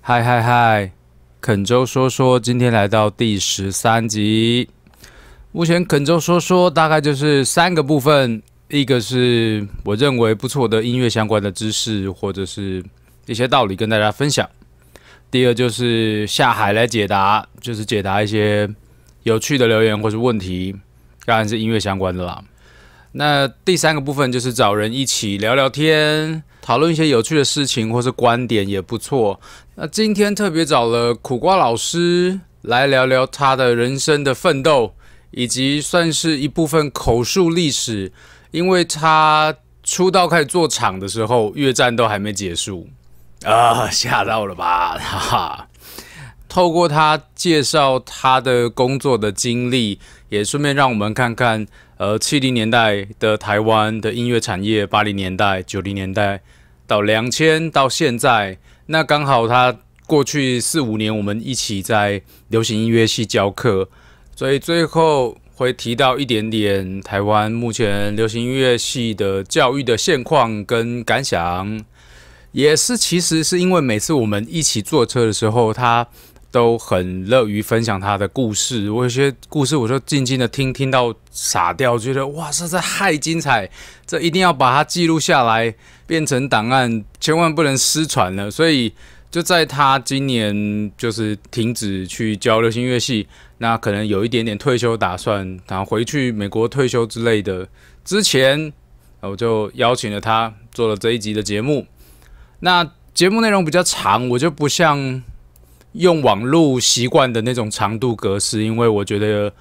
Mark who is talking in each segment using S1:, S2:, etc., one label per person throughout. S1: 嗨嗨嗨！肯州说说今天来到第十三集。目前肯州说说大概就是三个部分，一个是我认为不错的音乐相关的知识或者是一些道理跟大家分享；第二就是下海来解答，就是解答一些有趣的留言或是问题，当然是音乐相关的啦。那第三个部分就是找人一起聊聊天，讨论一些有趣的事情或是观点也不错。那今天特别找了苦瓜老师来聊聊他的人生的奋斗，以及算是一部分口述历史，因为他出道开始做场的时候，越战都还没结束，啊，吓到了吧，哈哈。透过他介绍他的工作的经历，也顺便让我们看看，呃，七零年代的台湾的音乐产业，八零年代、九零年代到两千到现在，那刚好他过去四五年我们一起在流行音乐系教课，所以最后会提到一点点台湾目前流行音乐系的教育的现况跟感想。也是，其实是因为每次我们一起坐车的时候，他都很乐于分享他的故事。我有些故事，我就静静的听，听到傻掉，觉得哇，这这太精彩，这一定要把它记录下来，变成档案，千万不能失传了。所以就在他今年就是停止去教流行乐器，那可能有一点点退休打算，然后回去美国退休之类的之前，哦我就邀请了他做了这一集的节目。那节目内容比较长，我就不像用网络习惯的那种长度格式，因为我觉得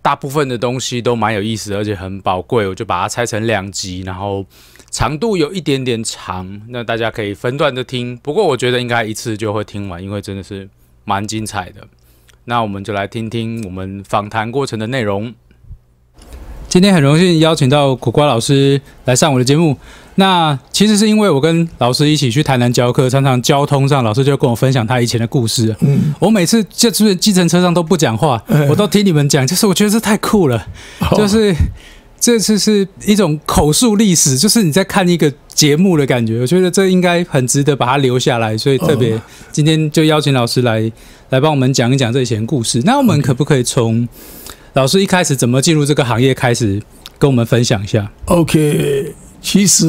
S1: 大部分的东西都蛮有意思，而且很宝贵，我就把它拆成两集，然后长度有一点点长，那大家可以分段的听。不过我觉得应该一次就会听完，因为真的是蛮精彩的。那我们就来听听我们访谈过程的内容。今天很荣幸邀请到苦瓜老师来上我的节目。那其实是因为我跟老师一起去台南教课，常常交通上老师就跟我分享他以前的故事。
S2: 嗯，
S1: 我每次就是计程车上都不讲话，
S2: 嗯
S1: 我都听你们讲，就是我觉得这太酷了，
S2: 哦
S1: 就是这次是一种口述历史，就是你在看一个节目的感觉。我觉得这应该很值得把它留下来，所以特别
S2: 嗯
S1: 今天就邀请老师来来帮我们讲一讲这以前的故事。那我们可不可以从
S2: 嗯
S1: 老师一开始怎么进入这个行业开始，跟我们分享一下？
S2: OK，其实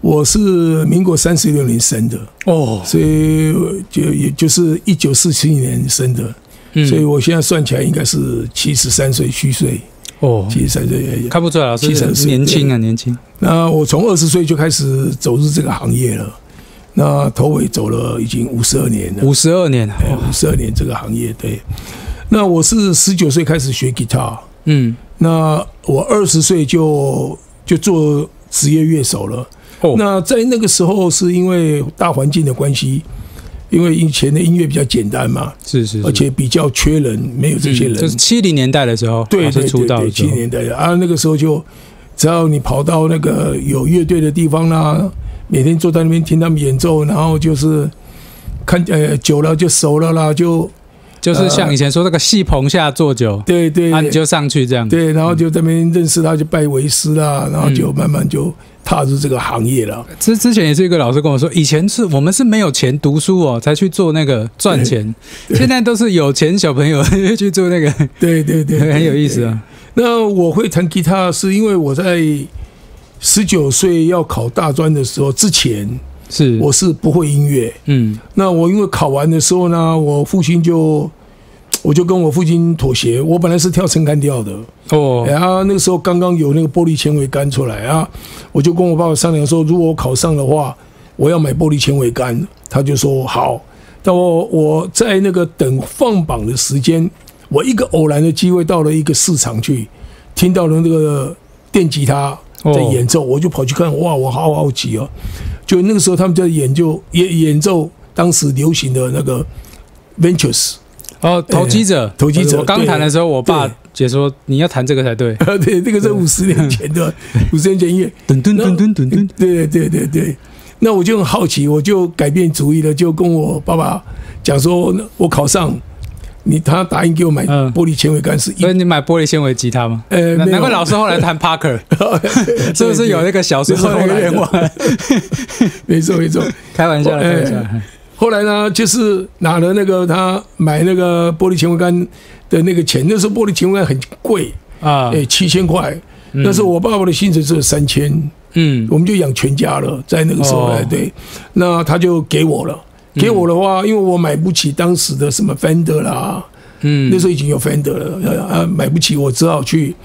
S2: 我是民国三十六年生的，
S1: 哦，
S2: 所以就也就是一九四七年生的，
S1: 嗯
S2: 所以我现在算起来应该是七十三岁虚岁，
S1: 哦，
S2: 七十三岁。
S1: 看不出来，老师
S2: 其实
S1: 很
S2: 是
S1: 年轻啊，年轻。
S2: 那我从二十岁就开始走入这个行业了，那头尾走了已经五十二年了，
S1: 五十二年，啊哇
S2: 五十二年这个行业对。那我是十九岁开始学吉他，
S1: 嗯，
S2: 那我二十岁就就做职业乐手了。
S1: 哦
S2: 那在那个时候是因为大环境的关系，因为以前的音乐比较简单嘛，
S1: 是是，是嗯
S2: 而且比较缺人，没有这些人。
S1: 就是七零年代的时候，
S2: 对
S1: 老师
S2: 对
S1: 出
S2: 对
S1: 道的
S2: 对，
S1: 时
S2: 七
S1: 候，
S2: 年代的啊，那个时候就只要你跑到那个有乐队的地方啦、每天坐在那边听他们演奏，然后就是看呃久了就熟了啦，就
S1: 就是
S2: 啊
S1: 像以前说那个戏棚下坐久，
S2: 对对，
S1: 啊，你就上去这样，
S2: 对，然后就这边认识他，就拜为师啦，然后就慢慢就踏入这个行业了。
S1: 之之前也是一个老师跟我说，以前是我们是没有钱读书哦，才去做那个赚钱，现在都是有钱小朋友 去做那个，
S2: 对对对，对
S1: 很有意思。啊。
S2: 对那我会弹吉他，是因为我在十九岁要考大专的时候之前，
S1: 是，
S2: 我是不会音乐。
S1: 嗯，
S2: 那我因为考完的时候呢，我父亲就。我就跟我父亲妥协，我本来是跳撑杆跳的，
S1: 哦，
S2: 然后哎那个时候刚刚有那个玻璃纤维杆出来啊，我就跟我爸爸商量说，如果我考上的话，我要买玻璃纤维杆。他就说好。但我我在那个等放榜的时间，我一个偶然的机会到了一个市场去，听到了那个电吉他在演奏，我就跑去看，哇，我好好奇哦。就那个时候他们在演奏演演奏当时流行的那个 Ventures，
S1: 哦，投机者，
S2: 哎投机者
S1: 我刚弹的时候，我爸
S2: 对
S1: 姐说你要弹这个才对，
S2: 对，那个是五十年前的五十年前音乐。
S1: 噔噔
S2: 那
S1: 噔噔噔噔，
S2: 对对对对，那我就很好奇，我就改变主意了，就跟我爸爸讲说，那我考上，你他答应给我买
S1: 嗯
S2: 玻璃纤维杆是一
S1: 所以，你买玻璃纤维吉他吗？
S2: 呃，
S1: 难难
S2: 没有
S1: 怪 老师后来弹 Parker，是不是有那个小时候那个愿望？
S2: 没错没错。
S1: 开玩笑，
S2: 我
S1: 开玩笑。
S2: 后来呢，就是拿了那个他买那个玻璃前桅杆的那个钱，那时候玻璃前桅杆很贵，
S1: 啊，
S2: 哎，七千块。那时候我爸爸的薪水只有三千，
S1: 嗯
S2: 我们就养全家了，在那个时候，
S1: 哦嗯
S2: 哎，对，那他就给我了。给我的话，因为我买不起当时的什么 Fender 啦，
S1: 嗯
S2: 那时候已经有 Fender 了，呃，啊买不起，我只好去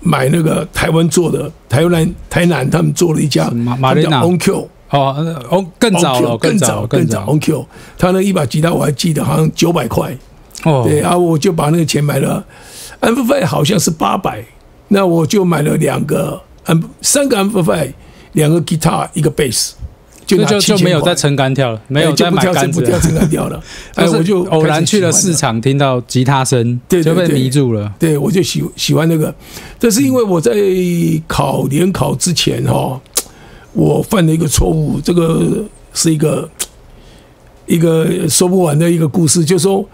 S2: 买那个台湾做的，台湾台南他们做了一家
S1: 嗯马马丽娜
S2: o n Q，
S1: 哦那哦更早了，
S2: 更
S1: 早
S2: 更早
S1: 早
S2: On Q，他那一把吉他我还记得好像九百块，
S1: 哦，
S2: 对，啊，我就把那个钱买了，安抚费好像是八百，那我就买了两个安三个安抚费，两个吉他一个贝斯，就
S1: 那
S2: 拿
S1: 就
S2: 7000
S1: 就没有
S2: 块
S1: 再撑杆跳了，没
S2: 哎
S1: 有
S2: 就
S1: 再
S2: 不
S1: 买
S2: 跳
S1: 杆
S2: 绳
S1: 子
S2: 不
S1: 了
S2: 跳，绳杆 跳了，哎，
S1: 是
S2: 我就
S1: 偶然去了
S2: 开始喜
S1: 市
S2: 欢
S1: 场，听到吉他声，
S2: 对对
S1: 就被
S2: 对
S1: 迷住了。
S2: 对，我就喜喜欢那个，但是因为我在考联考之前哈、哦，我犯了一个错误，这个是一个一个说不完的一个故事，就是说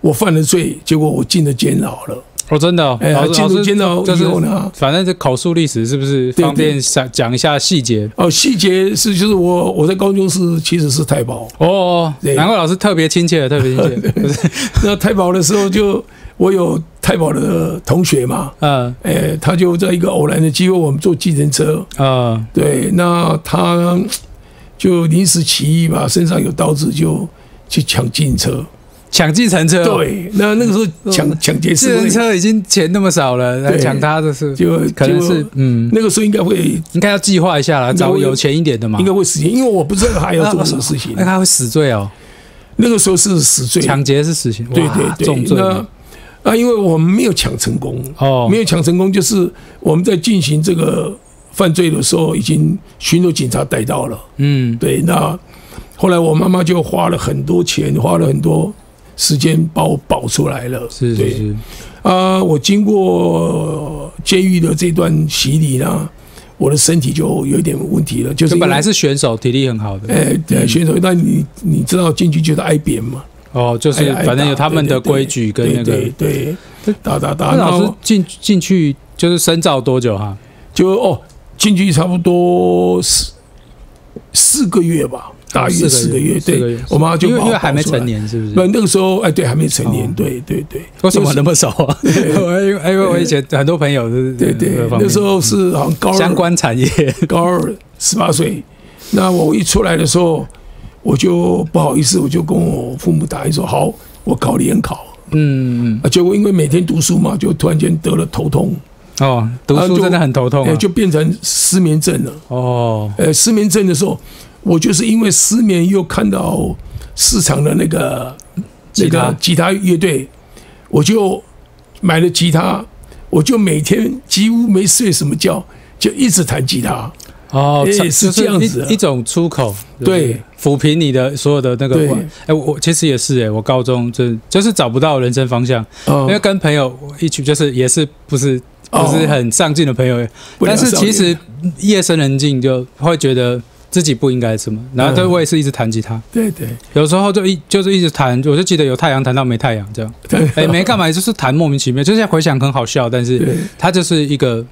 S2: 我犯了罪，结果我进了监牢了。
S1: 哦，真的哦，
S2: 哎呀
S1: 老师
S2: 进
S1: 老
S2: 入
S1: 师
S2: 监牢
S1: 就
S2: 以
S1: 是
S2: 后呢，
S1: 反正这口述历史是不是
S2: 对
S1: 方便讲讲一下细节？
S2: 哦，细节是就是我我在高中是其实是太保，
S1: 哦哦，哦
S2: 对
S1: 难怪老师特别亲切，特别亲 切。不是，
S2: 那太保的时候就我有太保的同学嘛，
S1: 嗯
S2: 哎，他就在一个偶然的机会，我们坐计程车，
S1: 嗯
S2: 对，那他就临时起意吧，身上有刀子就去抢计程车。
S1: 抢计程车，，哦
S2: 对，那那个时候抢抢
S1: 嗯
S2: 劫
S1: 计
S2: 是
S1: 程
S2: 会，
S1: 车已经钱那么少了，还
S2: 对
S1: 抢他这是
S2: 就
S1: 可能
S2: 就是
S1: 嗯，
S2: 那个时候应该会
S1: 应该要计划一下啦，
S2: 应该
S1: 找
S2: 会
S1: 有钱一点的嘛
S2: 应。该会死刑，因为我不知道他
S1: 啊
S2: 要做什么事情
S1: 那。他会死罪哦，
S2: 那个时候是死罪，
S1: 抢劫是死刑，
S2: 对
S1: 哇
S2: 对
S1: 重
S2: 对，
S1: 罪
S2: 那啊，因为我们没有抢成功，
S1: 哦
S2: 没，有抢成功，就是我们在进行这个犯罪的时候，已经巡逻警察逮到了。
S1: 嗯
S2: 对，那后来我妈妈就花了很多钱，花了很多时间把我保出来了。
S1: 是
S2: 对
S1: 是是，
S2: 啊、我经过监狱的这段洗礼呢，我的身体就有一点问题了，就是
S1: 就
S2: 因为
S1: 本来是嗯选手，体力很好的，
S2: 哎，对，选手，那你你知道进去就是挨扁嘛，
S1: 哦，就是
S2: 挨哎挨打
S1: 反正有他们的
S2: 对对对
S1: 规矩跟那个
S2: 哎对对
S1: 这
S2: 对，打打打，
S1: 那
S2: 然
S1: 老师
S2: 后
S1: 进进去就是深造多久哈、
S2: 就哦，进去差不多四四个月吧，大约四个月，
S1: 哦四个
S2: 对
S1: 月，
S2: 我妈就
S1: 因为
S2: 把
S1: 因
S2: 我
S1: 为还没
S2: 抱出来
S1: 成。年，是不
S2: 那
S1: 是？
S2: 那个时候，哎，对，还没成年
S1: 哦，
S2: 对对对，
S1: 为什
S2: 那
S1: 么
S2: 时
S1: 那么熟啊？ 因为因为我以前很多朋友是
S2: 对对
S1: 这个，方面
S2: 那时候是好像高二
S1: 相关产 业，
S2: 高二十八岁，那我一出来的时候，我就不好意思，我就跟我父母打听说，好，我考联考
S1: 嗯，嗯
S2: 啊，结果因为每天读书嘛，就突然间得了头痛，
S1: 哦，读
S2: 啊
S1: 书
S2: 就
S1: 真的很头痛
S2: 哎，
S1: 啊，
S2: 就变成失眠症了。
S1: 哦，
S2: 呃，失眠症的时候，我就是因为失眠又看到市场的那个
S1: 吉他
S2: 那个吉他乐队，我就买了吉他，我就每天几乎没睡什么觉，就一直弹吉他。
S1: 哦，
S2: 也
S1: 才
S2: 是
S1: 就是
S2: 这样子啊
S1: 一一种出口，
S2: 对，
S1: 抚平你的所有的那个
S2: 对。
S1: 哎，我我其实也是哎，我高中就就是找不到人生方向，
S2: 嗯
S1: 因为跟朋友一起就是也是不是
S2: 哦
S1: 不是很上进的朋友，
S2: 不
S1: 但
S2: 良
S1: 是
S2: 少
S1: 其
S2: 年
S1: 实夜深人静就会觉得自己不应该什么，然后就
S2: 嗯
S1: 我也是一直弹吉他，
S2: 对对
S1: 有时候就一就是一直弹，我就记得有太阳弹到没太阳这 样，
S2: 对，
S1: 哎、没干嘛，就是弹莫名其妙，就是回想很好笑，但是
S2: 对
S1: 它就是一个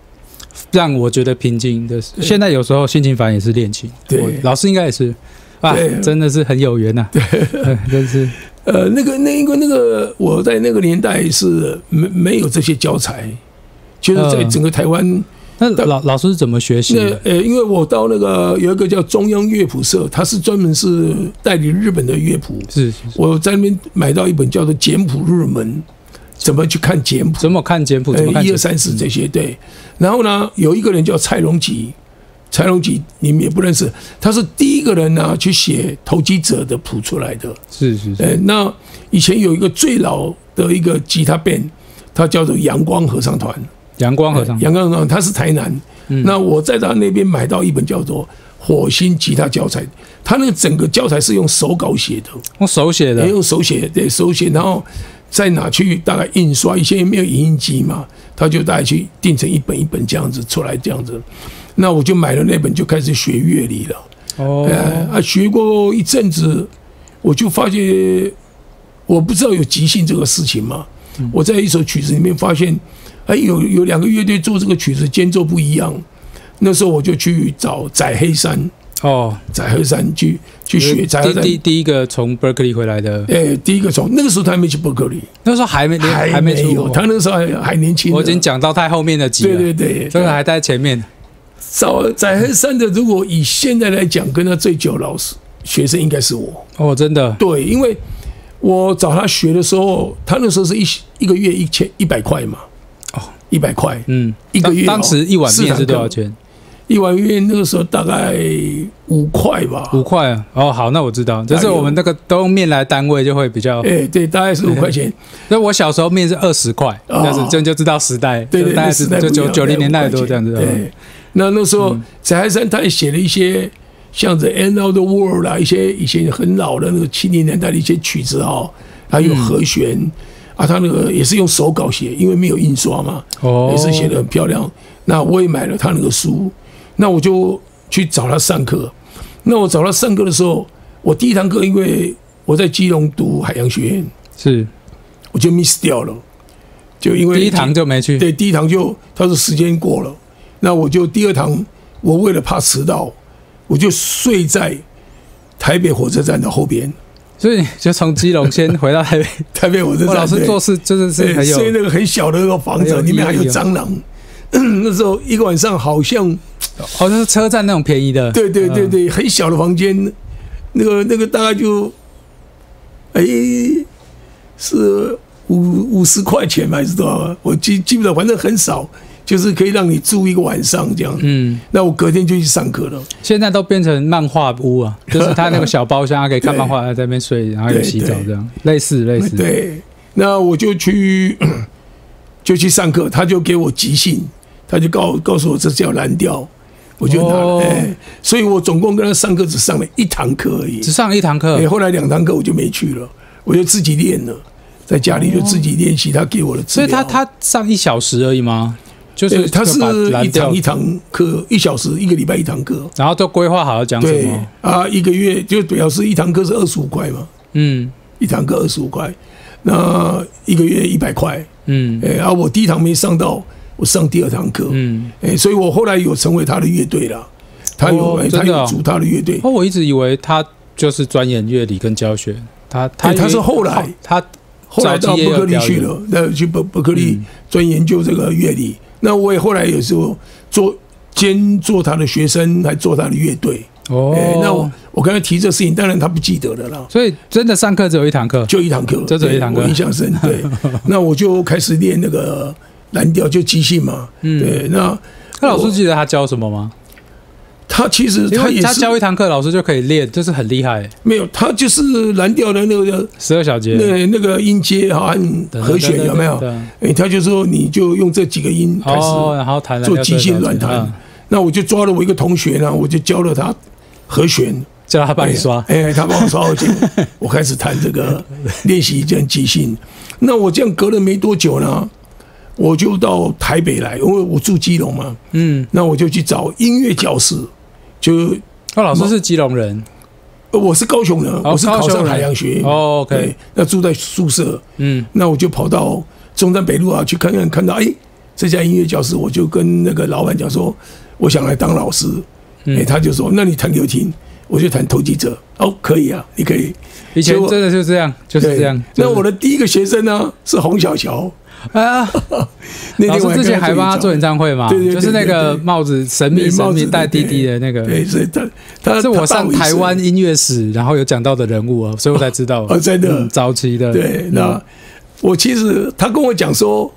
S1: 让我觉得平静的。
S2: 对
S1: 现在有时候心情烦也是练琴，
S2: 对
S1: 我老师应该也是，啊
S2: 对，
S1: 真的是很有缘呐、对， 真是，
S2: 呃，那个那因为那个我在那个年代是没没有这些教材，就是在
S1: 嗯
S2: 整个台湾，
S1: 那老老师是怎么学习
S2: 那
S1: 的？
S2: 呃，因为我到那个有一个叫中央乐谱社，它是专门是代理日本的乐谱，
S1: 是是是
S2: 我在那边买到一本叫做《简谱入门》，怎么去看简谱，
S1: 怎么看简谱？嗯
S2: 呃
S1: 怎么，看
S2: 一
S1: 简
S2: 二
S1: 谱？
S2: 三四这些对。然后呢，有一个人叫蔡荣吉，蔡荣吉你们也不认识，他是第一个人呢、去写投机者的谱出来的。
S1: 是是是，
S2: 呃，那以前有一个最老的一个吉他 band，它叫做阳光合唱团。
S1: 阳光和尚，
S2: 阳光合唱团，它呃是台南。那我在他那边买到一本叫做《火星吉他教材》，他那个整个教材是用手稿写的。
S1: 我手写的
S2: 也，用手写，对手写，然后再拿去大概印刷。以前也没有影印机嘛，他就大概去订成一本一本这样子出来，这样子。那我就买了那本，就开始学乐理了。
S1: 哦，
S2: 呃啊，学过一阵子，我就发觉我不知道有即兴这个事情嘛。
S1: 嗯
S2: 我在一首曲子里面发现，哎，有有两个乐队做这个曲子间奏不一样。那时候我就去找载黑山，
S1: 哦，
S2: 载荷山去去学载荷
S1: 第
S2: 山。
S1: 呃第第一个从 Berkeley 回来的，
S2: 哎，第一个从那个时候他还没去伯克利，
S1: 那时候还没连还没
S2: 没
S1: 出
S2: 有，
S1: 国，
S2: 他那时候还还年轻呢。
S1: 我已经讲到太后面的集
S2: 对
S1: 了，
S2: 对对，
S1: 这个还在前面。
S2: 早载荷山的，如果以现在来讲，跟他最久的老师学生应该是我。
S1: 哦，真的，
S2: 对，因为我找他学的时候，他那时候是一一个月一千一百块嘛，
S1: 哦，
S2: 一百块
S1: 嗯，
S2: 一个
S1: 当
S2: 月哦
S1: 当时一碗面是多少
S2: 四
S1: 钱？
S2: 一碗面，那个时候大概五块吧，
S1: 五块啊。哦，好，那我知道，就是我们那个都用面来单位就会比较。
S2: 哎，对，大概是五块钱，
S1: 那我小时候面是二十块，
S2: 哦
S1: 但是这样就知道时代，
S2: 对对，
S1: 就大概
S2: 那
S1: 是
S2: 时代
S1: 就
S2: 不一
S1: 九
S2: 样
S1: 九零年代多
S2: 大概五块钱
S1: 这样子。嗯哦
S2: 对，那那时候翟海山他也写了一些像《The End of the World》啦，一啊些以前很老的那个七零年代的一些曲子哦，还有和弦、啊，他那个也是用手稿写，因为没有印刷嘛。
S1: 哦，
S2: 也是写的很漂亮。那我也买了他那个书，那我就去找他上课。那我找他上课的时候，我第一堂课因为我在基隆读海洋学院，
S1: 是
S2: 我就 miss 掉了，就因为
S1: 第一堂就没去。
S2: 对第一堂就他说时间过了，那我就第二堂我为了怕迟到，我就睡在台北火车站的后边。
S1: 所以你就从基隆先回到台 北。
S2: 台北火车
S1: 我
S2: 站
S1: 老师
S2: 对
S1: 做事真的是
S2: 对，
S1: 很有
S2: 睡那个很小的那个房
S1: 很有
S2: 子，里面还有
S1: 意义哦
S2: 蟑螂。 那时候一个晚上好像。
S1: 哦，就是车站那种便宜的。
S2: 对对对
S1: 嗯
S2: 对，很小的房间，那个那个大概就，哎，是五五十块钱吧还是多少啊？我记记不得，反正很少，就是可以让你住一个晚上这样。
S1: 嗯，
S2: 那我隔天就去上课了，
S1: 现在都变成漫画屋 啊，就是他那个小包厢，他可以看漫画，在那边睡，然后有洗澡这样，类似类似。
S2: 对，那我就去 就去上课，他就给我即兴，他就告告诉我这叫蓝调，我就拿了，
S1: 哦
S2: 哎，所以我总共跟他上课只上了一堂课而已，
S1: 只上一堂课
S2: 哎、，后来两堂课我就没去了，我就自己练了，在家里就自己练习他给我的资
S1: 哦所以
S2: 料。
S1: 他他上一小时而已吗？就
S2: 对
S1: 是
S2: 他是
S1: 就把蓝
S2: 一
S1: 调
S2: 堂一，堂课，一小时一个礼拜一堂课。
S1: 然后都规划好要讲什
S2: 对
S1: 么。
S2: 啊，一个月就表示一堂课是二十五块嘛，
S1: 嗯
S2: 一堂课二十五块，那一个月一百块。
S1: 嗯
S2: 哎、啊，我第一堂没上到，我上第二堂课。哎、
S1: 嗯。
S2: 所以我后来有成为他的乐队啦，他有、
S1: 哦
S2: 哎
S1: 真
S2: 他
S1: 的
S2: 有
S1: 哦
S2: 组他的乐队。
S1: 哦，我一直以为他就是钻研乐理跟教学，他他哦
S2: 对他是后来
S1: 他
S2: 后来到伯克利去了，那去伯伯克利
S1: 嗯
S2: 专研究这个乐理。那我也后来有时候做兼做他的学生，还做他的乐队。
S1: 哦
S2: 哎、，那我我跟他提这事情，当然他不记得了啦，
S1: 所以真的上课只有一堂课，
S2: 就一堂课，
S1: 这只有一堂课
S2: 对我印象深。对， 那我就开始练那个蓝调，就即兴嘛。对，那
S1: 嗯那老师记得他教什么吗？
S2: 他其实
S1: 因
S2: 他
S1: 为
S2: 也
S1: 他
S2: 是
S1: 教一堂课，老师就可以练，这是很厉害。
S2: 没有，他就是蓝调的那个
S1: 十二小节，
S2: 那那个音阶啊和和弦有没有？
S1: 对
S2: 哎、他就说你就用这几个音开始。
S1: 哦，然后嗯弹了
S2: 做极限软
S1: 六
S2: 弹
S1: 个小节，啊
S2: 那我就抓了我一个同学呢，我就教了他和弦，
S1: 嗯叫他帮你刷。
S2: 哎，哎他帮我刷和弦， 我开始弹这个练习这样即兴。那我这样隔了没多久呢，我就到台北来，因为我住基隆嘛，
S1: 嗯，
S2: 那我就去找音乐教室，就
S1: 那老师是基隆人
S2: 呃我是高雄人，
S1: 哦
S2: 我是
S1: 高
S2: 考
S1: 雄
S2: 上
S1: 人
S2: 海洋学院，
S1: 哦
S2: 对
S1: ，OK，，
S2: 那住在宿舍，
S1: 嗯，
S2: 那我就跑到中山北路啊去看看，看到哎、这家音乐教室，我就跟那个老板讲说，我想来当老师，哎、
S1: 嗯
S2: 他就说那你弹给我听，我就弹投机者，哦可以啊，你可以，
S1: 以前
S2: 结果
S1: 真的就这样，就是这样。
S2: 那我的第一个学生呢是洪小乔，
S1: 啊，
S2: 那
S1: 老
S2: 天我
S1: 师之前还帮他做演
S2: 张，
S1: 唱会嘛，
S2: 对对对
S1: 就是那个
S2: 对对
S1: 帽子神秘
S2: 对
S1: 神
S2: 帽子
S1: 秘戴
S2: 对
S1: 弟弟的那个，
S2: 对，所以他他
S1: 是我上
S2: 他大一
S1: 台
S2: 岁
S1: 湾音乐史，然后有讲到的人物哦，所以我才知道
S2: 哦真的
S1: 嗯早期的
S2: 对，
S1: 嗯
S2: 那我其实他跟我讲说，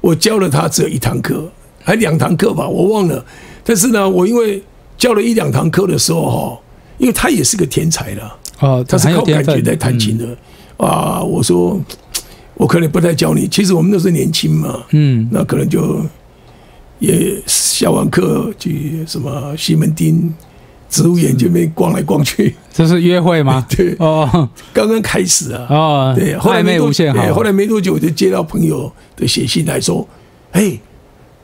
S2: 我教了他只有一堂课，还两堂课吧，我忘了。但是呢，我因为教了一两堂课的时候哈，因为他也是个天才啦，
S1: 哦，
S2: 他是
S1: 很有
S2: 靠
S1: 天
S2: 感觉
S1: 分
S2: 在弹琴
S1: 的，
S2: 的、啊。我说我可能不太教你，其实我们那时候年轻嘛，
S1: 嗯，
S2: 那可能就也下完课去什么西门町植物园这边逛来逛去，？
S1: 这是约会吗
S2: 对，
S1: 哦
S2: 刚刚开始啊。
S1: 哦，
S2: 对，后来
S1: 暧
S2: 没
S1: 昧
S2: 多
S1: 无限
S2: 对
S1: 好，啊
S2: 后来没多久，我就接到朋友的写信来说：“哎，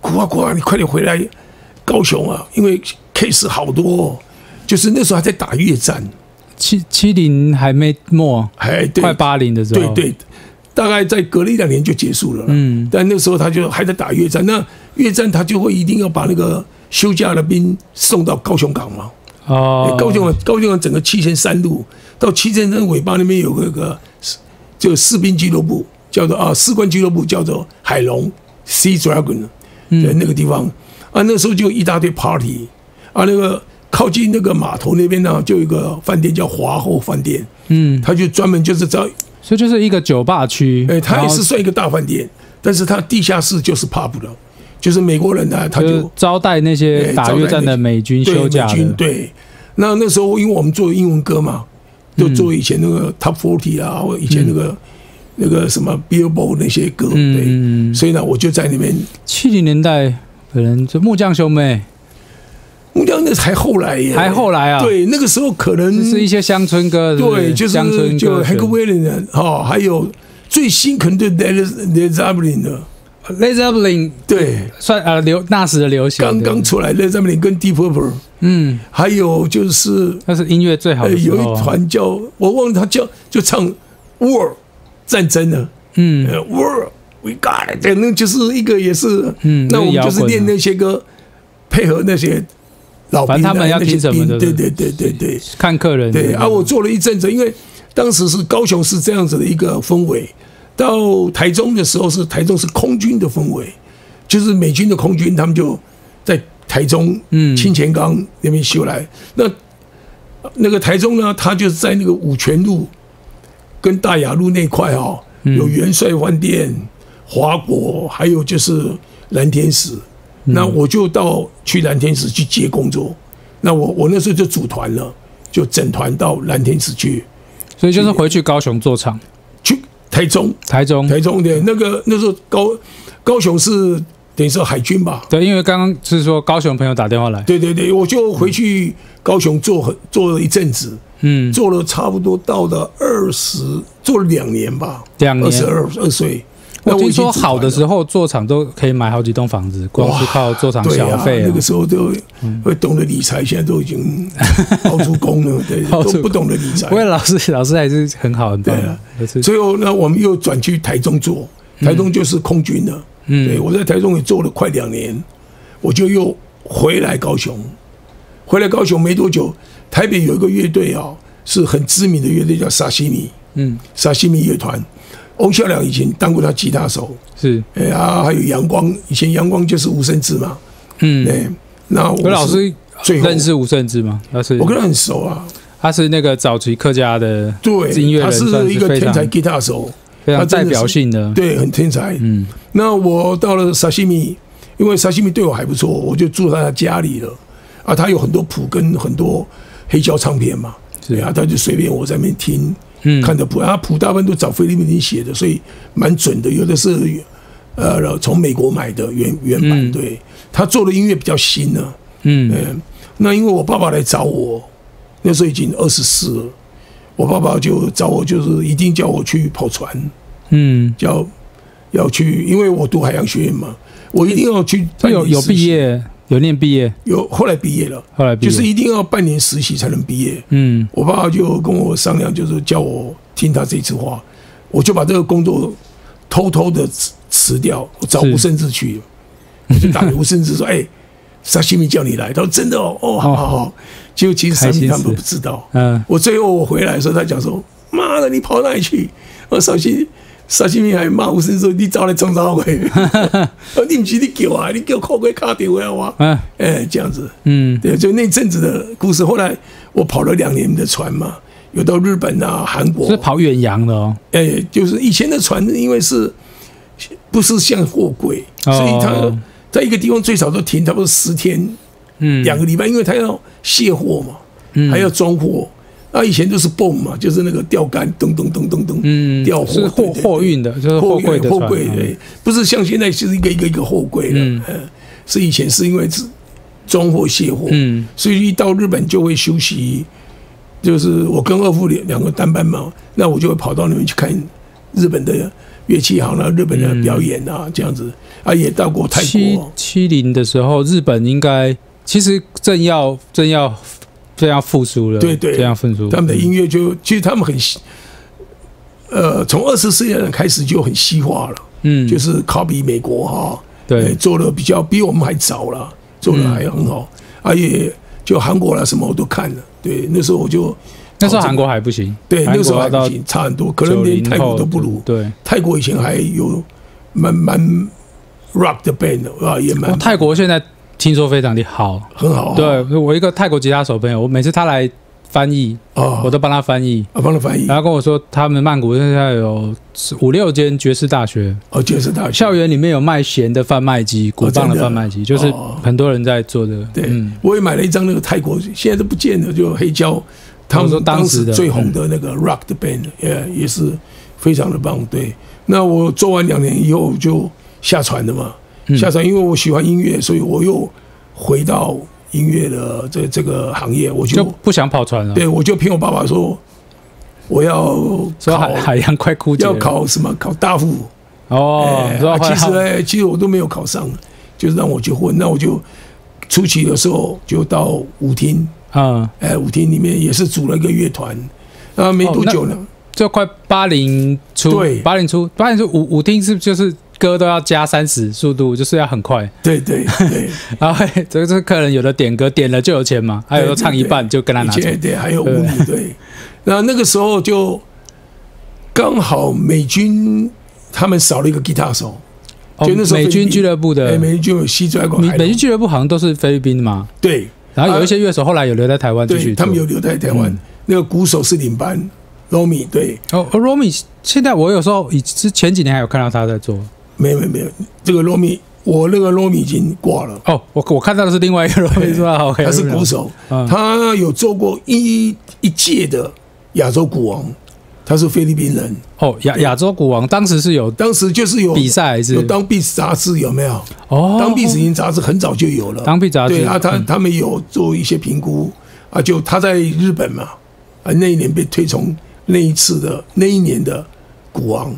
S2: 苦啊苦啊，你快点回来高雄啊，因为 case 好多、哦，就是那时候还在打越战，
S1: 七七零还没末，
S2: 哎，对
S1: 快八零的时
S2: 对
S1: 候，，
S2: 对，大概在隔了一两年就结束了。
S1: 嗯，
S2: 但那时候他就还在打越战，那越战他就会一定要把那个休假的兵送到高雄港嘛，
S3: 哦，
S2: 高雄的高雄的整个七贤三路到七贤山尾巴那边有个个就士兵俱乐部，叫做啊士官俱乐部，叫做海龙 Sea Dragon，对
S1: 嗯
S2: 那个地方啊，那时候就一大堆 party 啊，那个靠近那个码头那边呢，就有一个饭店叫华后饭店，
S1: 嗯，
S2: 它就专门就是在
S1: 所以就是一个酒吧区，
S2: 哎，它也
S1: 然后
S2: 是算一个大饭店，但是它地下室就是 pub 了，就是美国人呢、他
S1: 就
S2: 就是
S1: 招待那些
S2: 哎
S1: 打越战的美军
S2: 对，
S1: 休
S2: 美
S1: 假
S2: 军
S1: 的，
S2: 对。那那时候因为我们做英文歌嘛，
S1: 嗯
S2: 就做以前那个 Top Forty 啊，或以前那个、那个什么 Billboard 那些歌，对。
S1: 嗯，
S2: 所以呢，我就在那边，
S1: 七零年代可能就木匠兄妹，
S2: 木匠那才后来耶，
S1: 还后来啊，，
S2: 哎对，那个时候可能
S1: 就是一些乡村歌，是不
S2: 对，就是
S1: 乡村
S2: 就
S1: 歌
S2: Hank Williams 哈，还有最新可能对 Led Led Zeppelin 的，
S1: ，Led Zeppelin
S2: 对，
S1: 算呃流那时的流行，
S2: 刚刚
S1: 对
S2: 出来 Led Zeppelin 跟 Deep Purple，
S1: 嗯，
S2: 还有就是
S1: 那是音乐最好
S2: 呃，
S1: 的时
S2: 有
S1: 候
S2: 一
S1: 啊，
S2: 团叫我忘了他叫就唱 War 战争呢，
S1: 嗯，
S2: 呃 War We Got It，那就是一个也是，
S1: 嗯
S2: 那我们
S1: 那
S2: 就是
S1: 是摇滚
S2: 练
S1: 的
S2: 那些歌，配合那些老兵
S1: 反
S2: 啊，
S1: 正他们要
S2: 那些
S1: 听什么
S2: 兵
S1: 的
S2: 对对对对对
S1: 看客人，
S2: 对啊！我做了一阵子，因为当时是高雄是这样子的一个氛围，到台中的时候是台中是空军的氛围，就是美军的空军，他们就在台中
S1: 嗯
S2: 清泉岗那边修来。那那个台中呢，它就是在那个五泉路跟大雅路那块哦，有元帅饭店、华国，还有就是蓝天使。那我就到去蓝天使去接工作。那我我那时候就组团了，就整团到蓝天使去，
S1: 所以就是回去高雄做场，
S2: 去台中，
S1: 台中。
S2: 台中的那个那时候高高雄是等于说海军吧，
S1: 对，因为刚刚是说高雄朋友打电话来，
S2: 对对对，我就回去高雄做很做了一阵子，
S1: 嗯，
S2: 做了差不多到了二十，做了两年吧，
S1: 两
S2: 二十
S1: 年。
S2: 二二岁。
S1: 我听说好的时
S2: 候
S1: 候做场都可以买好几栋房子，光是靠做场
S2: 对
S1: 小
S2: 啊，
S1: 费、嗯
S2: 那个时候都会懂得理财，现在都 已经熬出工了，对，
S1: 熬出
S2: 都不懂得理财
S1: 不。过老师老师还是很好，很棒
S2: 对
S1: 的
S2: 啊，
S1: 就是
S2: 最后呢，我们又转去台中做，台中就是空军了。对啊
S1: 嗯
S2: 我在台中也做了快两年，我就又回来高雄。回来高雄没多久，台北有一个乐队啊，是很知名的乐队，叫沙西米
S1: 嗯
S2: 沙西米乐团。翁孝良以前当过他吉他手，
S1: 嗯是
S2: 哎呀、啊，还有阳光，以前阳光就是吴胜志嘛，
S1: 嗯。
S2: 哎，那我
S1: 我老
S2: 是
S1: 师
S2: 最后
S1: 认识吴胜之吗？他是
S2: 我跟他很熟啊，
S1: 他是那个早期客家的
S2: 对，
S1: 音乐人
S2: 他
S1: 算是
S2: 是一个
S1: 非
S2: 天
S1: 常
S2: 才吉他手，
S1: 非常
S2: 他真
S1: 代
S2: 的是
S1: 表性的，
S2: 对，很天才，
S1: 嗯
S2: 那我到了沙西米，因为沙西米对我还不错，我就住在他家里了。啊，他有很多谱跟很多黑胶唱片嘛，对啊，他就随便我在那边听，
S1: 嗯，
S2: 看着谱，啊，谱大部分都找菲律宾人写的，所以蛮准的，有的是呃从美国买的原原版，
S1: 嗯
S2: 对他做的音乐比较新呢、
S1: 嗯
S2: 嗯，那因为我爸爸来找我，那时候已经二十四了，我爸爸就找我，就是一定叫我去跑船，
S1: 嗯，
S2: 叫要去，因为我读海洋学院嘛，我一定要去
S1: 他
S2: 半年
S1: 有有
S2: 实习
S1: 毕，业，有念毕业，
S2: 有后来毕业了，
S1: 后来毕
S2: 就
S1: 业
S2: 是一定要半年实习才能毕业。
S1: 嗯
S2: 我爸爸就跟我商量，就是叫我听他这一次话，我就把这个工作偷偷的辞辞掉，我找
S1: 是
S2: 吴胜志去，我就打给吴胜志说：“哎，沙西米叫你来。”他说：“真的哦，哦，好好好。”结果其实沙
S1: 开
S2: 西
S1: 心
S2: 米他们
S1: 死
S2: 都不知道，
S1: 嗯
S2: 我最后我回来的时候，他讲说：“妈的，你跑哪里去？”我小心小心面还骂吴声说：“你早来 冲啥鬼？我你不是你叫啊，你叫靠过卡电话我。
S1: 嗯”
S2: 哎，这样子，
S1: 嗯
S2: 对，就那阵子的故事。后来我跑了两年的船嘛，有到日本啊、韩国
S1: 是，跑远洋的哦，
S2: 哎，就是以前的船，因为是不是像货柜，
S1: 哦
S2: 所以它在一个地方最少都停差不多十天、
S1: 嗯，
S2: 两个礼拜，因为它要卸货嘛。
S1: 嗯
S2: 还要装货。那以前都是泵嘛，就是那个吊杆，咚咚咚咚咚，
S1: 嗯
S2: 吊货
S1: 是货
S2: 对对
S1: 货运的，就是货柜的
S2: 货
S1: 船
S2: 柜
S1: 啊，
S2: 对，不是像现在就是一个一个一个货柜了，
S1: 嗯
S2: 呃是以前是因为是装货卸货，
S1: 嗯
S2: 所以一到日本就会休息，就是我跟二副两两个单班嘛，那我就会跑到那边去看日本的乐器行啊，日本的表演啊，这样子啊，也到过泰
S1: 七
S2: 国，
S1: 七零的时候，日本应该其实正要正要正要复苏了，
S2: 对对
S1: 正要复苏。
S2: 他们的音乐就其实他们很西，呃，从二十世纪开始就很西化了。
S1: 嗯，
S2: 就是是 copy 美国哈、哎
S1: 对嗯
S2: 呃，做的比较比我们还早了，做的还很好，啊也就韩国啦什么我都看了。对，那时候我就
S1: 那时候韩国还不行，
S2: 对
S1: 韩
S2: 那时候
S1: 国要
S2: 还不
S1: 到
S2: 行，差很多，可能
S1: 九
S2: 连泰
S1: 零
S2: 国
S1: 后
S2: 都不如。
S1: 对，
S2: 泰国以前还有蛮蛮 rock 的 band 的啊，也蛮
S1: 哇泰国现在听说非常的好。
S2: 很好。啊
S1: 对我一个泰国吉他手朋友，我每次他来翻译，
S2: 啊
S1: 我，都啊帮他翻译。
S2: 我帮他翻译
S1: 然后跟我说，他们曼谷现在有五六间爵士大学，
S2: 哦，爵士大学
S1: 校园里面有卖弦的贩卖
S2: 哦
S1: 机、鼓棒的贩卖机，就是很多人在做的。
S2: 对
S1: 嗯，
S2: 我也买了一张那个泰国，现在都不见了，就黑胶，他
S1: 我说
S2: 们
S1: 当
S2: 当时
S1: 时的嗯
S2: 最红的那个 rock 的 band，也也是非常的棒。对，那我做完两年以后就下船了嘛，
S1: 嗯
S2: 下船，因为我喜欢音乐，所以我又回到音乐的这这个行业，我
S1: 就
S2: 就
S1: 不想跑船了。
S2: 对我就骗我爸爸说我要
S1: 说
S2: 考
S1: 海海洋快枯竭了，
S2: 要考什么考大富。
S1: 哦，
S2: 哎
S1: 说
S2: 啊
S1: 后
S2: 其
S1: 来
S2: 实呢，其实我都没有考上，就是让我去混。那我就初期的时候就到舞厅，
S1: 嗯，
S2: 哎，舞厅里面也是组了一个乐团，啊，
S1: 哦
S2: 没多久呢，
S1: 就快八零出，
S2: 对
S1: 八零出，八零出舞舞厅是不是就是歌都要加三十速度，就是要很快。
S2: 对对对，
S1: 然后嘿这这客人有的点歌点了就有钱嘛，还有的唱一半就跟他
S2: 以
S1: 拿走。
S2: 前对还有舞女对，那那个时候就刚好美军他们少了一个吉他手，
S1: 哦
S2: 就那时候
S1: 美
S2: 菲律
S1: 军
S2: 宾
S1: 俱乐部
S2: 哎，
S1: 的
S2: 美军就有西拽管
S1: 美
S2: 海
S1: 美
S2: 龙
S1: 军俱乐部好像都是菲律宾的嘛，
S2: 对
S1: 然后有一些乐手后来有留在台湾继
S2: 对，
S1: 续
S2: 他
S1: 做。嗯
S2: 们有留在台湾，那个鼓手是领班 Romy 对。
S1: 哦哦，Romy，现在我有时候以之前几年还有看到他在做。
S2: 没有没有没有，这个罗密，我那个罗密已经挂了，
S1: 哦，我我看到的是另外一个 Romy 是吧？OK，
S2: 他是
S1: Romy
S2: 鼓手，
S1: 嗯
S2: 他有做过一一届的亚洲鼓王，他是菲律宾人，
S1: 哦，亚亚洲鼓王当时是有
S2: 当时就是有
S1: 比赛还是
S2: 有当 b e 杂志有没有？
S1: 哦，
S2: 当 b e 已经杂志很早就有了，
S1: 当 B 杂志嗯
S2: 对啊，他他们有做一些评估啊，就他在日本嘛，啊那一年被推崇那一次的那一年的鼓王，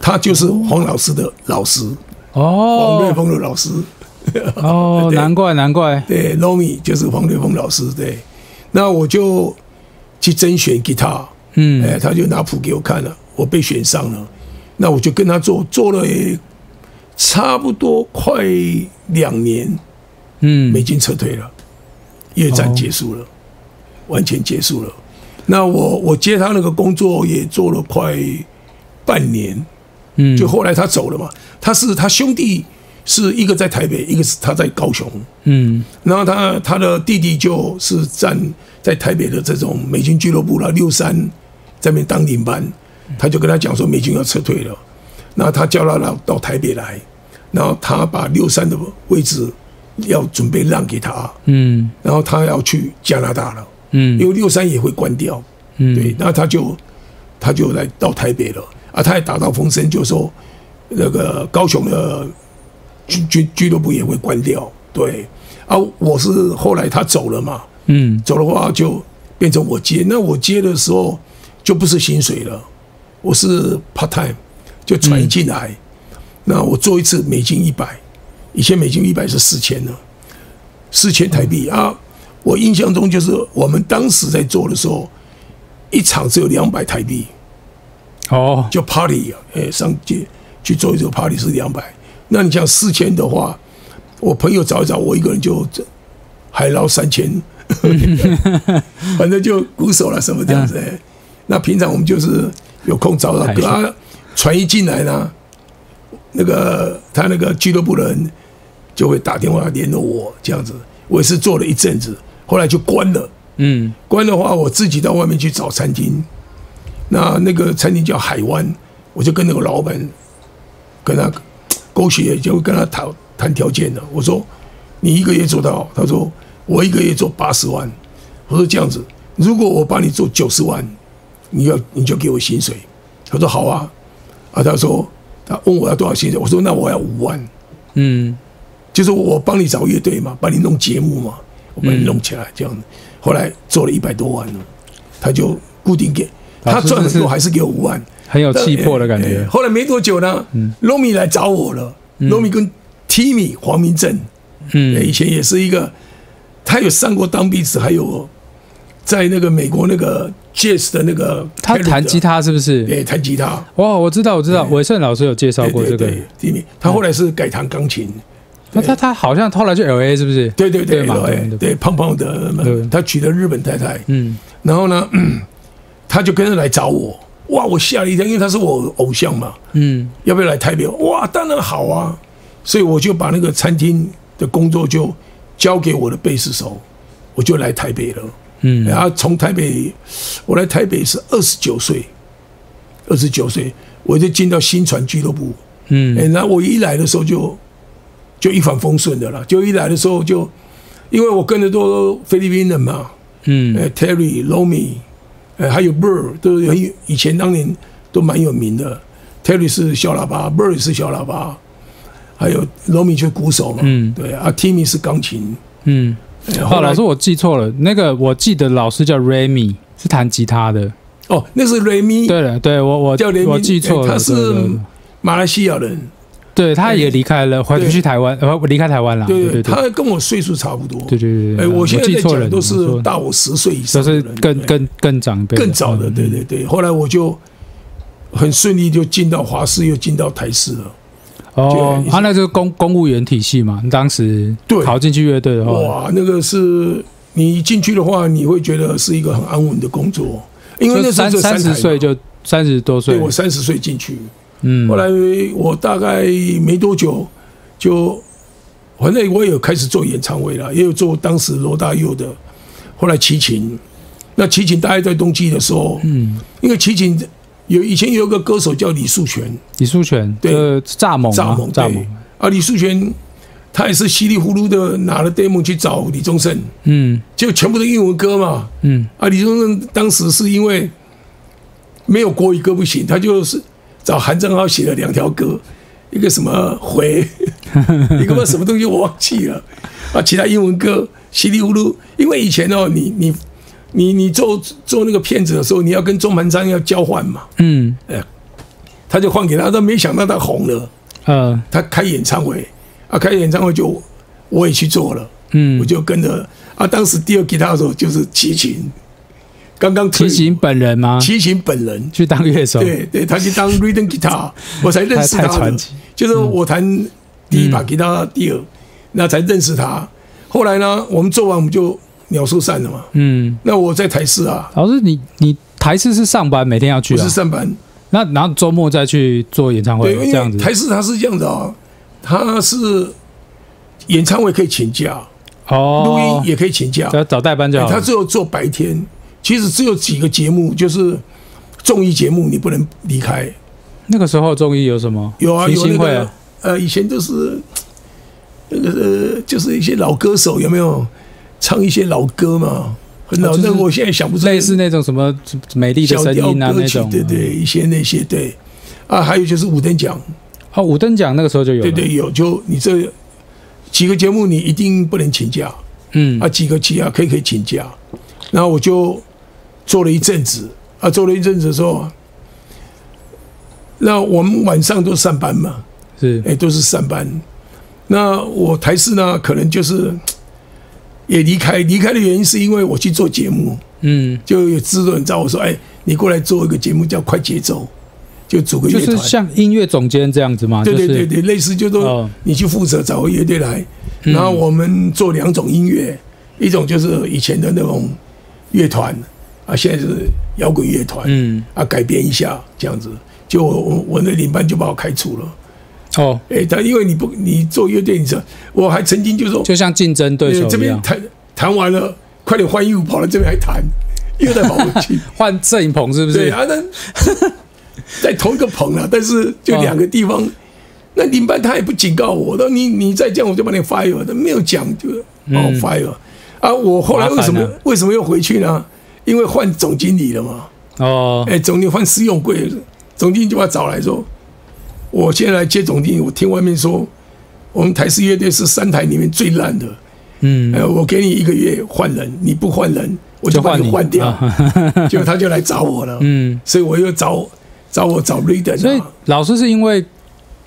S2: 他就是黄老师的老师，黄瑞
S1: 哦
S2: 峰的老师。
S1: 哦，
S2: 对
S1: 难怪难怪，
S2: 对，Romy 就是黄瑞峰老师，对，那我就去甄选吉他，哎、
S1: 嗯，
S2: 他就拿谱给我看了，我被选上了，那我就跟他做，做了也差不多快两年，
S1: 嗯
S2: 美，军撤退了，越
S1: 哦
S2: 战结束了，完全结束了。那我我接他那个工作也做了快半年，
S1: 嗯，
S2: 就后来他走了嘛，他是他兄弟是一个在台北，一个是他在高雄。
S1: 嗯
S2: 然后他他的弟弟就是站在台北的这种美军俱乐部了，六三在那边当领班，他就跟他讲说美军要撤退了，那他叫他到到台北来，然后他把六三的位置要准备让给他，
S1: 嗯
S2: 然后他要去加拿大了，
S1: 嗯
S2: 因为六三也会关掉，
S1: 嗯，
S2: 对，那他就他就来到台北了啊，他也打到风声，就说那个高雄的俱俱俱乐部也会关掉，对啊，我是后来他走了嘛，
S1: 嗯
S2: 走的话就变成我接，那我接的时候就不是薪水了，我是 part time，就传进来，
S1: 嗯
S2: 那我做一次美金一百，以前美金一百是四千呢，四千台币啊，我印象中就是我们当时在做的时候，一场只有两百台币，
S1: 哦，
S2: 就 party，哎、上街去做一做 party 是两百，那你像四千的话，我朋友找一找，我一个人就海捞 三千，反正就鼓手了什么这样子、哎那平常我们就是有空找找
S1: 嗯还
S2: 歌
S1: 是
S2: 啊，船一进来呢，那个他那个俱乐部的人就会打电话联络我这样子，我也是做了一阵子，后来就关了。
S1: 嗯
S2: 关的话，我自己到外面去找餐厅。那那个餐厅叫海湾，我就跟那个老板跟他勾血，就跟他谈谈条件了。我说你一个月做多少？他说我一个月做八十万。我说这样子，如果我帮你做九十万，你要你就给我薪水。他说好啊，啊他说他问我要多少薪水，我说那我要五万。
S1: 嗯
S2: 就是我帮你找乐队嘛，帮你弄节目嘛，我帮你弄起来这样子。后来做了一百多万了，他就固定给
S1: 老
S2: 他
S1: 师
S2: 赚很
S1: 真是
S2: 多，还是给我五万，
S1: 很有气魄的感
S2: 但呃
S1: 觉嗯
S2: 呃，后来没多久呢，罗米来找我了，罗米跟 Timmy 黄明正，呃以
S1: 嗯
S2: 前也是一个，他有上过当壁纸，还有在那个美国那个 Jazz 的那个，
S1: 他
S2: 哎
S1: 弹吉，他是不是？
S2: 对，弹吉他，哎
S1: 哇，我知道我知道，伟盛老师有介绍
S2: 对
S1: 过这
S2: 对
S1: 个
S2: 对，Timmy，他后来是改弹钢琴。
S1: 那他他好像后来去 L A 是不是？
S2: 对对对
S1: 对嘛
S2: 老哎
S1: 对对
S2: 对，胖胖的
S1: 对，
S2: 他娶了日本太太，
S1: 嗯，
S2: 然后呢，嗯他就跟着来找我，哇，我吓了一跳，因为他是我偶像嘛，
S1: 嗯，
S2: 要不要来台北？哇，当然好啊！所以我就把那个餐厅的工作就交给我的贝斯手，我就来台北了。
S1: 嗯
S2: 然后从台北，我来台北是二十九岁，二十九岁我就进到新传俱乐部。哎、
S1: 嗯
S2: 那我一来的时候就就一帆风顺的了，就一来的时候就，因为我跟着都菲律宾人嘛，
S1: 嗯
S2: 呃，Terry、Lomi，呃，还有 Burr 都很有以前当年都蛮有名的。Terry 是小喇叭，Burr 也是小喇叭，还有 Lomi 就是鼓手嘛，
S1: 嗯
S2: 对啊，Timmy 是钢琴。
S1: 嗯。
S2: 呃
S1: 哦，老师我记错了，那个我记得老师叫 Remy，是弹吉他的。
S2: 哦，那是 Remy，
S1: 对了，对我我
S2: 叫 Remy，
S1: 我记错了，
S2: 哎他是
S1: 对对对
S2: 马来西亚人，
S1: 对，他也离开了，回
S2: 对
S1: 去台湾，呃，不离开台湾了。
S2: 对
S1: 对对，
S2: 他跟我岁数差不多。
S1: 对对对对。
S2: 哎，我现在
S1: 记
S2: 在
S1: 错
S2: 讲
S1: 了，
S2: 都
S1: 我
S2: 是
S1: 说
S2: 大我十岁以上
S1: 都
S2: 的
S1: 是
S2: 人，
S1: 更嗯
S2: 对
S1: 更更长辈的，
S2: 更早的，对对对。后来我就很顺利就进到华视，又进到台视了。
S1: 哦
S2: 就，
S1: 他那就是公公务员体系嘛，当时
S2: 对
S1: 考进去乐队的话，
S2: 哇，那个是你一进去的话，你会觉得是一个很安稳的工作，因为那
S1: 就
S2: 时候
S1: 三
S2: 只有
S1: 三
S2: 台
S1: 十
S2: 嘛
S1: 岁就三十多岁
S2: 对，我三十岁进去，
S1: 嗯，
S2: 后来我大概没多久就，反正我也有开始做演唱会了，也有做当时罗大佑的，后来齐秦，那齐秦大概在冬季的时候，
S1: 嗯，
S2: 因为齐秦有以前有一个歌手叫李树全，
S1: 李树全
S2: 对
S1: 呃蚱蜢
S2: 蚱
S1: 嘛
S2: 蜢
S1: 蚱
S2: 对
S1: 蜢，
S2: 啊，李树全他也是稀里糊涂的拿了 demo 去找李宗盛，
S1: 嗯
S2: 就全部都英文歌嘛。
S1: 嗯
S2: 啊，李宗盛当时是因为没有国语歌不行，他就是找韩正浩写了两条歌，一个什么回， 一个什么东西我忘记了，啊，其他英文歌稀里糊涂。因为以前哦，你你你你做做那个片子的时候，你要跟钟盘山要交换嘛，哎
S1: 嗯
S2: 他就换给他，但没想到他红了，
S1: 呃
S2: 他开演唱会，啊，开演唱会就我也去做了。我
S1: 嗯，
S2: 就跟着啊，当时第二吉他手就是齐秦，刚刚退
S1: 齐
S2: 伍
S1: 秦哦本人吗？
S2: 齐秦本人，
S1: 去当乐手，
S2: 对对，他去当 rhythm guitar，我才认
S1: 太
S2: 识
S1: 太
S2: 他
S1: 传
S2: 的，
S1: 奇，
S2: 就是我弹第一把吉他，第二，那才认识他。后来呢，我们做完我们就鸟兽散了嘛。
S1: 嗯，
S2: 那我在台视啊，
S1: 老师你你台视是上班每天要去
S2: 不
S1: 啊
S2: 是，上班，
S1: 那然后周末再去做演唱
S2: 对，
S1: 会哦这样
S2: 因为
S1: 子，
S2: 台视他是这样的啊，他是演唱会可以请假，录
S1: 哦
S2: 音，也可以请假
S1: 只，要找代班就好
S2: 哎他
S1: 了，
S2: 只有做白天，其实只有几个节目，就是综艺节目你不能离开。
S1: 那个时候中医有什么？
S2: 有啊，
S1: 提
S2: 有那
S1: 醒会
S2: 个
S1: 啊，
S2: 呃，以前就是那个呃，就是一些老歌手有没有唱一些老歌嘛？很老，
S1: 哦就是
S2: 那我现在想不出
S1: 类似那种什么美丽的
S2: 小
S1: 声
S2: 调
S1: 音啊
S2: 歌
S1: 那
S2: 曲
S1: 种，，
S2: 对对，一些那些对。啊，还有就是五等奖，
S1: 哦，五等奖那个时候就有了，啊
S2: 对对，有就你这几个节目你一定不能请假
S1: 嗯
S2: 啊，几个请假可以可以请假。然后我就做了一阵子啊，做了一阵子之后，啊那我们晚上都上班嘛，
S1: 是
S2: 哎、都是上班。那我台视呢，可能就是也离开，离开的原因是因为我去做节目，
S1: 嗯，
S2: 就有制作人找我说：“哎、你过来做一个节目叫《快节奏》，就组个
S1: 就
S2: 乐团。
S1: 是像音乐总监这样子嘛，
S2: 对对对
S1: 啊就是
S2: 对，类似就说
S1: 哦嗯
S2: 你去负责找个乐队来，然后我们做两种音乐，一种就是以前的那种乐团啊，现在是摇滚乐团，
S1: 嗯
S2: 啊，改编一下这样子。就我我我那领班就把我开除了。
S1: 哦，
S2: 哎、他因为你不你做乐队，你知道，我还曾经就说，
S1: 就像竞争对
S2: 呃这
S1: 手一
S2: 边
S1: 样，
S2: 弹弹完了，快点换衣服跑到这边来弹，又在跑回去，
S1: 换摄影棚是不
S2: 对
S1: 是？
S2: 啊， 那在同一个棚啊了，但是就两个地
S1: 啊
S2: 方。那领班他也不警告我，那你你再这样我就把你 fire，他没有讲就把我 fire、啊。我后来为什
S1: 嗯
S2: 么、
S1: 麻烦啊
S2: 为什么又回去呢？因为换总经理了嘛。
S1: 哦
S2: 哎、，总经理换施永贵，总经理就把他找来说，我现在来接总经理，我听外面说，我们台式乐队是三台里面最烂的，
S1: 嗯，
S2: 呃，我给你一个月换人，你不换人，我就把
S1: 换
S2: 你
S1: 你
S2: 换掉，
S1: 啊
S2: 结果他就来找我了，
S1: 嗯，
S2: 所以我又找找我找 Riden
S1: 所以
S2: 啊，
S1: 老师是因为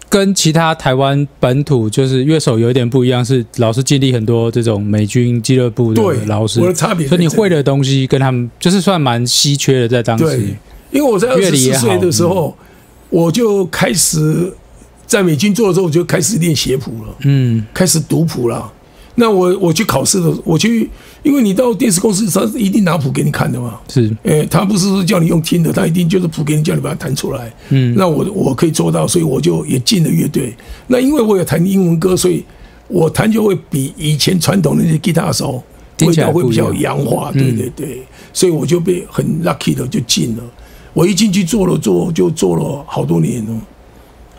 S1: 跟其他台湾本土就是乐手有一点不一样，是老师经历很多这种美军俱乐部
S2: 对
S1: 的，老师
S2: 我，的差别
S1: 所
S2: 在这
S1: 以
S2: 里，
S1: 你会的东西跟他们就是算蛮稀缺的，在当时
S2: 对，因为我在二
S1: 乐
S2: 十
S1: 理也
S2: 四
S1: 好
S2: 岁的时候，我就开始在美军做了之后，我就开始练写谱了，
S4: 嗯，
S2: 开始读谱了。那我我去考试的，我去，因为你到电视公司，他一定拿谱给你看的嘛。
S4: 是，
S2: 诶、哎他不是说叫你用听的，他一定就是谱给你，叫你把它弹出来。
S4: 嗯，
S2: 那我我可以做到，所以我就也进了乐队。那因为我有弹英文歌，所以我弹就会比以前传统的那些吉他手
S4: 听
S2: 味
S4: 起来
S2: 道会
S4: 不
S2: 比
S4: 一
S2: 较
S4: 样嗯
S2: 洋化，对对对，所以我就被很 lucky 的就进了。我一进去做了做就做了好多年哦，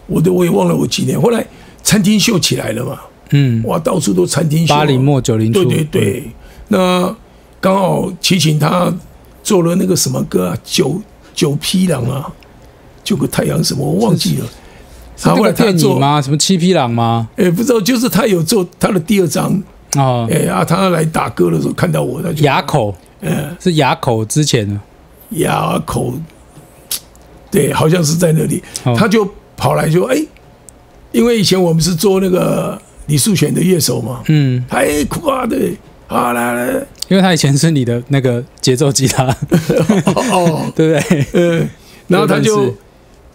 S2: 我都我也忘了我几年。后来餐厅秀起来了嘛，
S4: 嗯，
S2: 哇，到处都餐厅秀啊。
S4: 八零末九零初，
S2: 对对对，嗯那刚好齐秦他做了那个什么歌啊，九九匹狼啊，九个太阳什么我忘记了。
S4: 那
S2: 他
S4: 个
S2: 后来他
S4: 电影
S2: 做，
S4: 吗？什么七匹狼吗？
S2: 哎，不知道，就是他有做他的第二张，
S4: 哦，
S2: 哎啊，他来打歌的时候看到我，他就
S4: 牙口
S2: 呃
S4: 是牙口之前的，
S2: 牙口，对，好像是在那里，
S4: 哦
S2: 他就跑来说，哎，因为以前我们是做那个李树选的乐手嘛，
S4: 嗯，
S2: 哎，哭啊，对，好来来，
S4: 因为他以前是你的那个节奏吉 他，
S2: 哦哦。
S4: 对不对？
S2: 呃，然后他
S4: 对
S2: 就
S4: 但是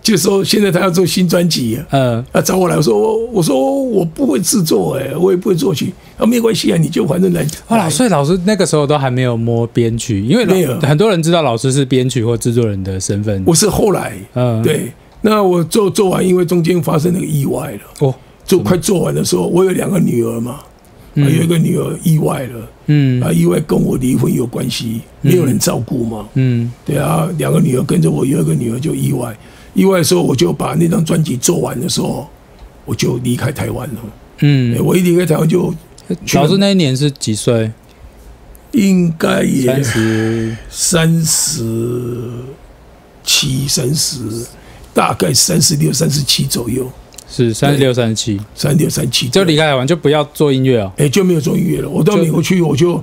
S2: 就说现在他要做新专辑啊，
S4: 呃，
S2: 啊找我来，我说我我说我不会制作哎、我也不会作曲，啊没关系啊，你就反正来。
S4: 哦，老所以老师那个时候都还没有摸编曲，因为
S2: 没有
S4: 老很多人知道老师是编曲或制作人的身份，
S2: 我是后来
S1: 啊
S4: 嗯，，
S2: 对，那我做做完，因为中间发生那个意外了，
S4: 哦，
S2: 做快做完的时候，我有两个女儿嘛，啊、有一个女儿意外了，
S4: 嗯
S2: 啊意外跟我离婚有关系，没有人照顾嘛，
S4: 嗯
S2: 对啊，两个女儿跟着我，有一个女儿就意外，意外的时候我就把那张专辑做完的时候，我就离开台湾了。
S4: 嗯
S2: 欸，我一离开台湾就去
S4: 老师那一年是几岁？
S2: 应该也
S4: 三十，
S2: 三十七、三十，大概三十六、三十七左右，
S4: 是三十六、三十七，
S2: 三六、三七
S4: 就离开台湾就不要做音乐哦。
S2: 哎、就没有做音乐了。我到
S4: 就
S2: 美国去，我就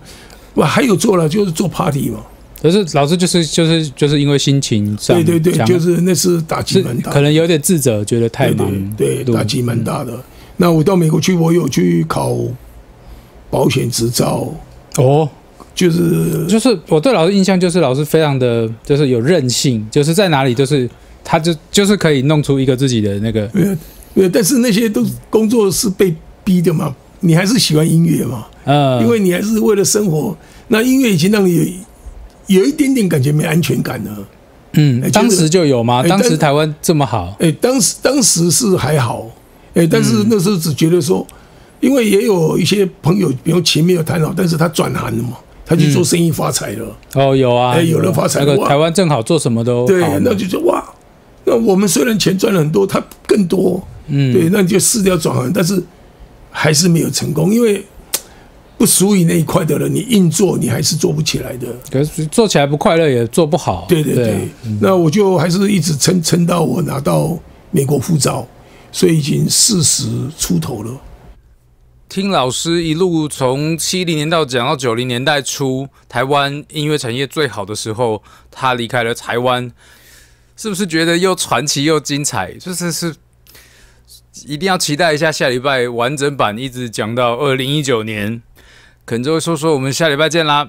S2: 我还有做了，就是做 party 嘛。
S4: 可是老师就是就是就是因为心情上
S2: 对
S4: 想，
S2: 对对，就是那次打击
S4: 是
S2: 蛮大
S4: 可
S2: 的，
S4: 能有点自责，觉得太
S2: 对
S4: 忙
S2: 对
S4: 碌，
S2: 对，打击蛮大的。那我到美国去，我有去考保险执照，
S4: 哦。
S2: 就是
S4: 就是我对老师印象就是老师非常的就是有韧性，就是在哪里就是他就就是可以弄出一个自己的那个
S2: 没有没呃有，但是那些都是工作是被逼的嘛，你还是喜欢音乐嘛，
S4: 呃，
S1: 嗯
S2: 因为你还是为了生活。那音乐已经让你有有一点点感觉没安全感了。哎
S4: 嗯
S2: 就是
S4: 当时就有吗？
S2: 哎
S4: 当时
S2: 但
S4: 台湾这么好，
S2: 哎、当时当时是还好，哎、但是那时候只觉得说，因为也有一些朋友，比如琴没有弹好，但是他转行了嘛，他去做生意发财了。
S4: 哦有啊，
S2: 哎有了发财
S4: 那个
S2: 哇
S4: 台湾正好做什么都
S1: 嗯
S2: 对
S1: 哦
S4: 好，
S2: 哎那
S4: 嘛
S2: 就说哇，那我们虽然钱赚了很多，他更多，嗯，对，那你就试掉转行，但是还是没有成功，因为不属于那一块的人，你硬做你还是做不起来的。
S4: 可是做起来不快乐也做不好，
S2: 对对对，
S4: 啊
S2: 那我就还是一直撑撑到我拿到美国护照，所以已经四十出头了。
S1: 听老师一路从七零年代讲到九零年代初，台湾音乐产业最好的时候，他离开了台湾，是不是觉得又传奇又精彩？就是是一定要期待一下下礼拜完整版，一直讲到二零一九年。肯就会说说，我们下礼拜见啦，